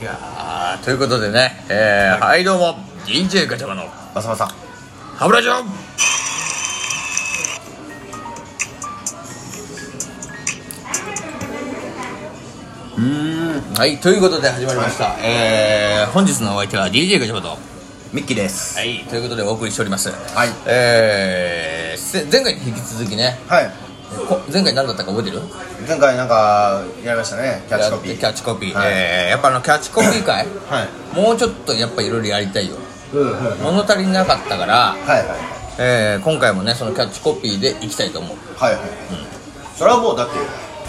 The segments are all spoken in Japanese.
いやーということでね、えーはい、どうも DJ ガチャマのバサバサハブラジオはいということで始まりました、えー本日のお相手は DJ ガチャマとミッキーですはいということでお送りしておりますはいえーせ前回に引き続きねはいこ前回何だったか覚えてる前回なんかやりましたねキャッチコピやっーキャッチコピー、はいえーやっぱあのキャッチコピー会はいもうちょっとやっぱいろいろやりたいようんうんはい物足りなかったから、はいえー今回もねそのキャッチコピーでいきたいと思うはいはいそれはもうだって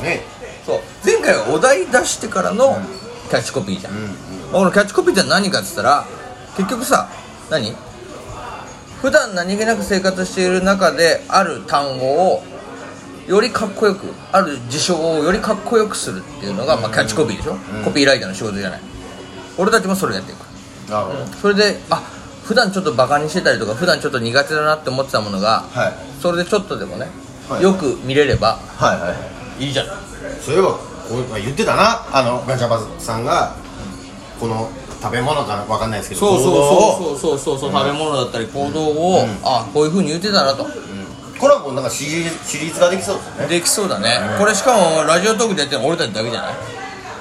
ねそう前回はお題出してからのキャッチコピーじゃん、うんこのキャッチコピーって何かっつったら結局さ何普段何気なく生活している中である単語をよりかっこよくある事象をよりかっこよくするっていうのが、まあ、キャッチコピーでしょ、うんコピーライターの仕事じゃない俺たちもそれやっていくなるほどそれであ普段ちょっとバカにしてたりとか普段ちょっと苦手だなって思ってたものがはいそれでちょっとでもね、はいよく見れればはいはいいいじゃないそういえばこう言ってたなあのガチャバさんがこの食べ物かわかんないですけどそうそううそうそうそうそう、食べ物だったり行動を、うんあこういうふうに言ってたなと、これはもうなんかシリシリーズができそうですねできそうだね、これしかもラジオトークでやってるの俺たちだけじゃない、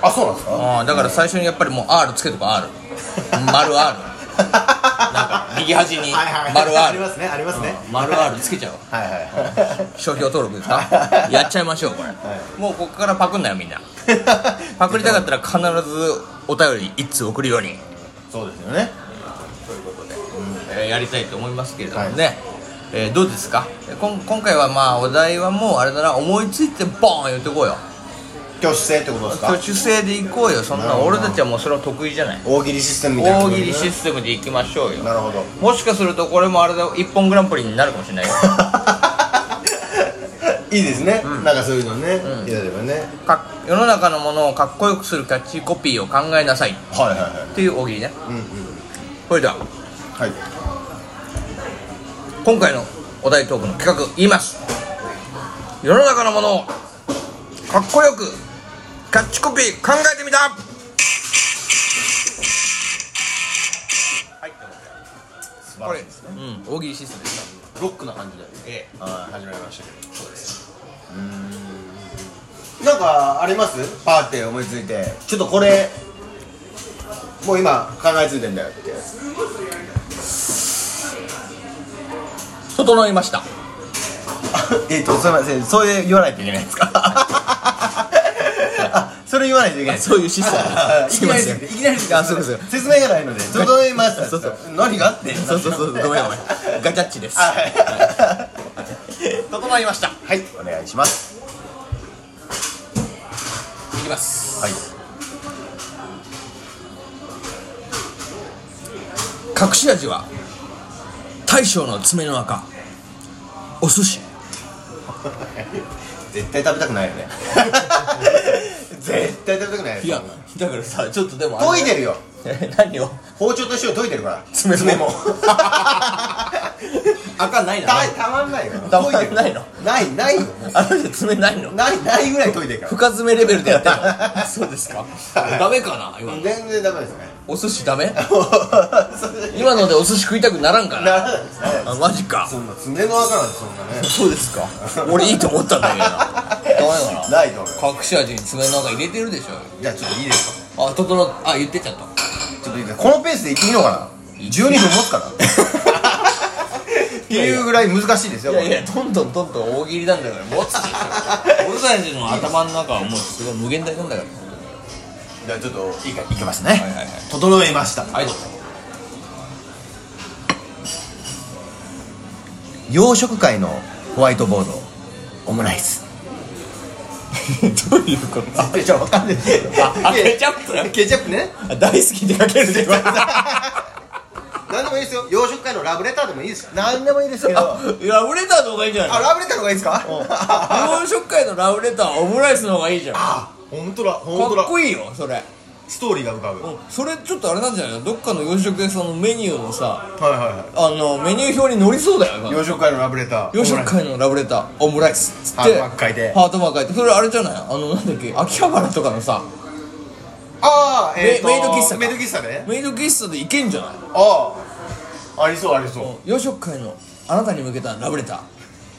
あそうなんですかあーだから最初にやっぱりもう R つけとか R 丸 R なんか右端にはいはい丸 R ありますねありますね 丸 R つけちゃおうはいはいはい商標登録ですかやっちゃいましょうこれ、いもうここからパクんなよみんな パクりたかったら必ずお便り一通送るように、そうですよねえーやりたいと思いますけれどもね、えーどうですかこん今回はまあお題はもうあれだな思いついてボーン言ってこうよ挙手制ってことです挙か手制でいこうよそんななるほど俺たちはもうそれは得意じゃない大喜利システムみたいな大ことで喜すね利システムでいきましょうよなるほど もしかするとこれもあれだよ一本グランプリになるかもしれないよいいですね、なんかそういうのね、いやでもねか世の中のものをかっこよくするキャッチコピーを考えなさいっはいはいはていう大喜利ねいうんうんそれでははい今回のお題トークの企画言います世の中のものをかっこよくキャッチコピー考えてみた素これ、ねうん、大喜利システムでしロックな感じでたえはい始まりましたけどそうですうーんなんかありますパーティー思いついてちょっとこれもう今考えついてんだよってやつえ整いました えっとすいませんそういう言わないといけないんですか あそれ言わないとい けないそういうシステムああすいませんいきなりですいきなりあそうですよ説明がないので整いましたそうそう何があってそうそう そうごめんごめんガチャッチですはい整いましたいはいお願いしますきますはい隠し味は大将の爪の赤お寿司絶対食べたくない よね絶対食べたくないよいやだからさちょっとでも研いでるよえ 何を包丁と塩研いでるから爪もも 赤ないなたたまんないよたまんないの研でるないないよあの人爪ない のないないぐらい研いでるか深爪レベルでやってんのそうですかダメかな今らの全然ダメ ですねお寿司ダメそれ今のでお寿司食いたくならんかなららないですねあマジかそんな爪の赤なんてそんなねそうですか俺いいと思ったんだけどなダメかなないと思う隠し味に爪の中入れてるでしじゃあちょっといいですかょあ整っあ言ってっちゃったちょっといいですかこのペースでいってみようかな12分持つ かなっていうぐらい難しいですよいこやれいやどんどんどんどん大喜利なんだから持つでし ょ俺たちの頭の中はもうすごい無限大なんだかじゃあちょっといいかいけますらねはいはい整えましたはいどうぞ洋食界のホワイトボードオムライスどういうことあじゃあわかんないああケチャップだケチャップね大好きでかけるで何でもいいですよ洋食界のラブレターでもいいです何でもいいですけどああ ラブレターの方がいいんじゃないラブレターの方がいいですか日本食界のラブレターはオムライスの方がいいじゃんかあ本当だ本当っだこいいよそれストーリーが浮かぶはいそれちょっとあれなんじゃないのどっかの洋食でそのメニューのさはいはいあのメニュー表に載りそうだよ今洋食界のラブレター洋食界のラブレターオムライスっつってハートマーク書いてハートマーク書いてそれあれじゃないあのなんだっけ秋葉原とかのさあああ、えーとメイド喫茶かメイド喫茶ねメイド喫茶でいけんじゃないああありそうありそう洋食会のあなたに向けたラブレタ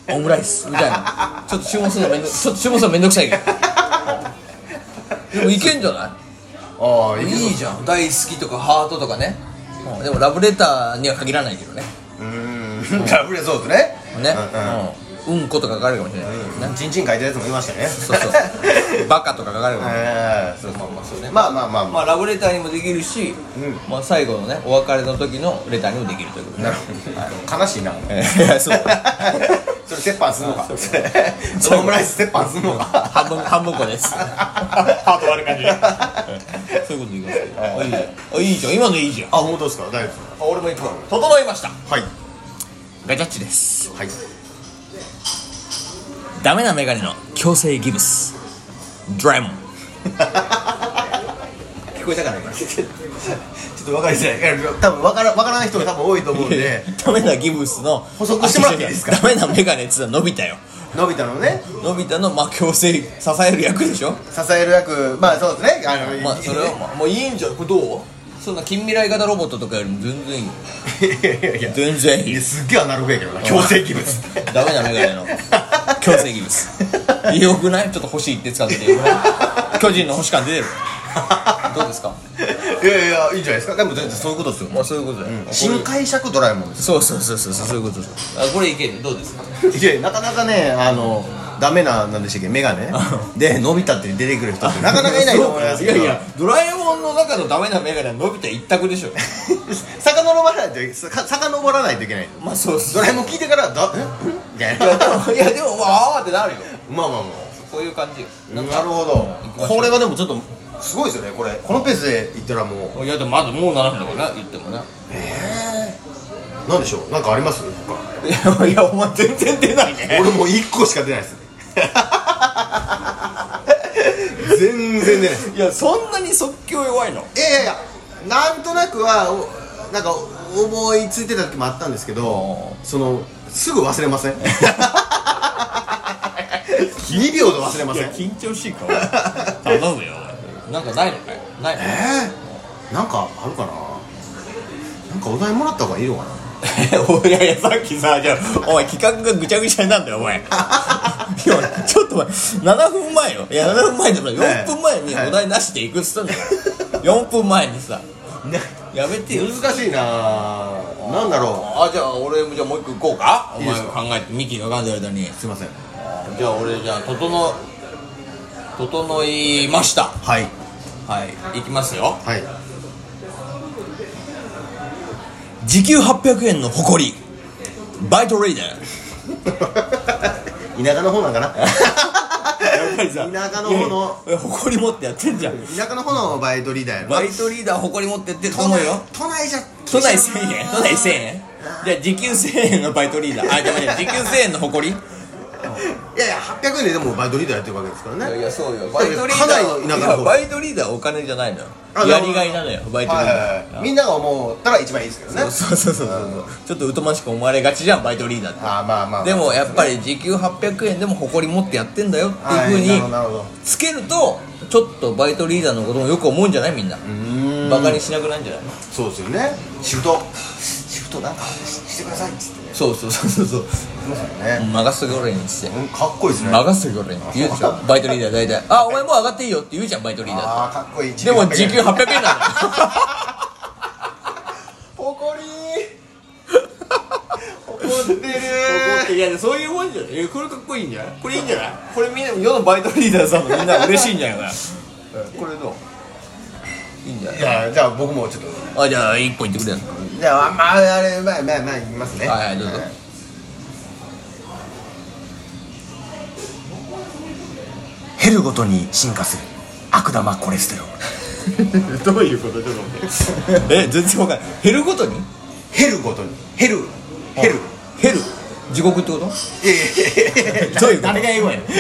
ーオムライスみたい なちょっと注文するのめんどちょっと注文するのめんどくさいけどでもいけんじゃないああいいいじゃん大好きとかハートとかね、でもラブレターには限らないけどねうーん ラブレそうですねねうん、うん、うんことか書かれるかもしれない、うんねチンチン書いたやつもいましたねそうそうバカとか書かれるかもしれない、 ええそうそうまあそうねまあまあまあままあ、ラブレターにもできるし、うんまあ、最後のねお別れの時のレターにもできるということであなるほど悲しいないや そう それ折半すんのか そのオムライス折半すんのか半分半分こ ですハート割る感じそういうこと言いますけどあいいじゃんあいいじゃん今のいいじゃんあ本当ですか大丈夫ですあ俺も行くわ整いましたはいガチャッチですはいダメなメガネの強制ギブスド ラえもん聞こえたかな今ちょっと分かりづらいいや多分分から分からない人が多分多いと思うん で ダメなギブスの補足してもらっていいですかダメなメガネっつうのは伸びたよのび太のねのび太のまあ強制支える役でしょ支える役まあそうですねあのまあそれはまあもういいんじゃんこれどうそんな近未来型ロボットとかよりも全然いいよいやいやいや全然いいいやすっげえアナログやけどな強制器物ってダメなメガネの強制ギブス よくないちょっと欲しいって使っててよくない巨人の星感出てるどうですか いやいやいいんじゃないですかでも全然そういうことですよまあそういうことだよ、新解釈ドラえもんでそうそうそうそうそういうことだあこれいけるどうですかすいやなかなかねあのダメななんでしたっけメガネで伸びたって出てくる人ってなかなかいないと思いますいけやどいやドラえもんの中のダメなメガネはのび太一択でしょ 遡らないとさか遡らないといけないまあそうっすドラえもん聞いてからだえみたいないや でもいやでもまああーってなるよまあまあまそういう感じよあなるほどこれはでもちょっとすごいですよねこれこのペースでいったらもういやでもまだもう7分だからな言ってもななんでしょうなんかあります他いやいやお前全然出ないね俺もう1個しか出ない です全然出ないです いやそんなに即興弱いのいやいやいやなんとなくはおなんか思いついてた時もあったんですけどそのすぐ忘れません2秒で忘れませんえ緊張しいか頼むよなんかないのかよないのー、なんかあるかななんかお題もらった方がいいのかな おいやいやさっきさじゃあお前企画がぐちゃぐちゃになんだよお前 いやちょっと前7分前よいや7分前でもない4分前にお題なしでいくっつったんだよ4分前にさやめてよ難しいななんだろあじゃあ俺もじゃあもう一個行こうかおいいで前すがか考えてミキが考えてる間にうすいませんじゃあ俺じゃあ整整いましたはいはいいきますよはい時給800円の誇りバイトリーダー田舎の方なんかなやっぱりさ田舎の方のいやいや誇り持ってやってんじゃん田舎の方のバイトリーダーやろバイトリーダー誇り持ってって都頼む内よ都内じゃ都内1000円都内1000円じゃあ時給1000円のバイトリーダーあじゃ あじゃあ時給1000円の誇りいいやいや800円ででもバイトリーダーやってるわけですからねやそうよバイトリーダーいやバイトリーダーはお金じゃないのよあやりがいなのよバイトリーはダいはいはいみんなが思ったら一番いいですけどねーそうそうそうそうそうちょっと疎ましく思われがちじゃんバイトリーダーってあーまあまあまあでもやっぱり時給800円でも誇り持ってやってんだよっていうふうに、はいなるほどなるほどつけるとちょっとバイトリーダーのこともよく思うんじゃないみんなーんバカにしなくなるんじゃないそうですよねシフトシフトなんかしてくださいっつってねそうそうそうそうそう言います任せよねてくれんっつってうんかっこいいですねあ任せてくれんって言うでしょバイトリーダー大体あお前もう上がっていいよって言うじゃんバイトリーダーあーかっこいいでも時給800円なのよ誇り怒って るいやそういうもんじゃないこれかっこいいんじゃないこれいいんじゃないこれみんな世のバイトリーダーさんもみんな嬉しいんじゃないかなこれどういいんじゃないいやじゃあ僕もちょっとあじゃあ一本いってくれよじゃあまああれまあまあまあ言いますねはいはいどうぞ減るごとに進化する悪玉コレステロールどういうことちょっと待ってえ全然わかんない減るごとに減るごとに減る減る減る地獄ってこといやいやいやいやどういうこと誰が英語やねんどう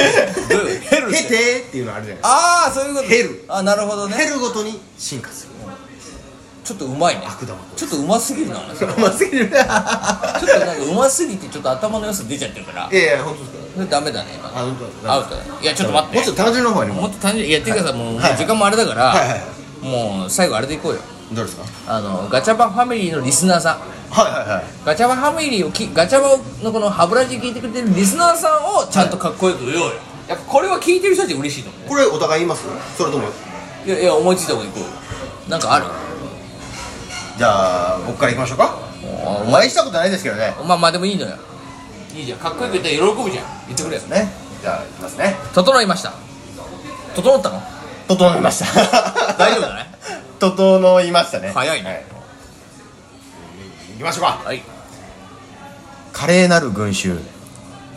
いうヘル減っててっていうのあるじゃないああそういうことヘルあなるほど減ねるごとに進化するちょっとうまいね悪玉ちょっとうますぎるな ちょっうますぎるいやとなんかうますぎてちょっと頭の良さ出ちゃってるからいや本当ですかそれダメだね今あ本当だアウトだねいやちょっと待ってもうちょっと単純な方にももっと単純にいやっていうかさもうはい時間もあれだかはいはらいもう最後あれでいこうよどうですかあのガチャバファミリーのリスナーさんはいはいはいガチャバファミリーをきガチャバのこの歯ブラシ聞いてくれてるリスナーさんをちゃんとかっこよく言おうよやっぱこれは聞いてる人たち嬉しいと思うねこれお互い言いますそれともいやいや思いついた方がいいこうなんかあるじゃあ僕から行きましょうかお会いしたことないですけどねまあまあでもいいのよいいじゃんかっこよく言ったら喜ぶじゃん言ってくれよねじゃあ行きますね整いました整ったの整いました 大丈夫 だね整いましたね早いねは行きましょうかはい華麗なる群衆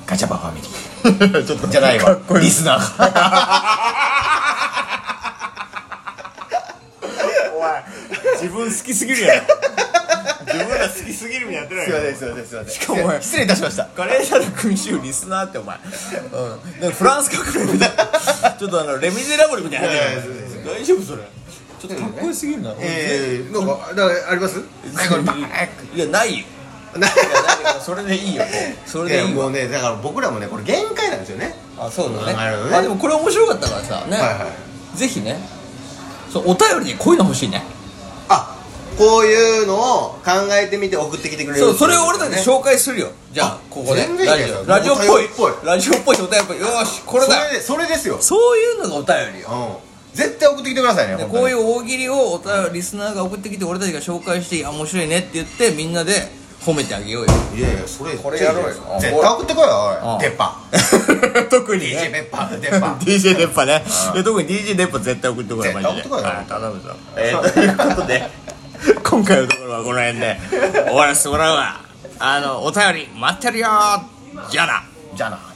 ガチャバファミリー ちょっとじゃないわかっこいいリスナ 自分好きすぎるやろ自分ら好きすぎるにやってないよせんすいませんすいま せんしかもお前失礼いたしましたカレーなる君主リスナーってお前、うん、でフランス革命みた いなちょっとあのレ・ミゼラブルみたいなやつじゃん大丈夫それちょっとかっこよすぎるな、ええなんかだからあり ます最後にバーッいやないよないやないよそれでいい よそれいでやいいもわうねだから僕らもねこれ限界なんですよねあそうだね,、なるほどねまあでもこれ面白かったからさね、はいはいぜひねそうお便りにこういうの欲しいねあこういうのを考えてみて送ってきてくれるそうそれを俺たちね紹介するよじゃああここで全然ラいいじゃジんオラジオっぽいお便りっぽいラジオっぽいお便りっぽいよーしこれそだれでそれですよそういうのがお便りようん絶対送ってきてくださいねで本当こにういう大喜利をおたリスナーが送ってきて俺たちが紹介して「あ面白いね」って言ってみんなで褒めてあげ ようよいやいやそれこれやろうよ絶対送ってこいようおんい出っ歯特に DJ ペッパー出っ歯 DJ デッパねいや特に DJ デッパ絶対送ってこ絶対送ってこいよはい頼むぞえーということで 今回のところはこの辺 で終わらせてもらうわあのお便り待ってるよーじゃあなじゃあな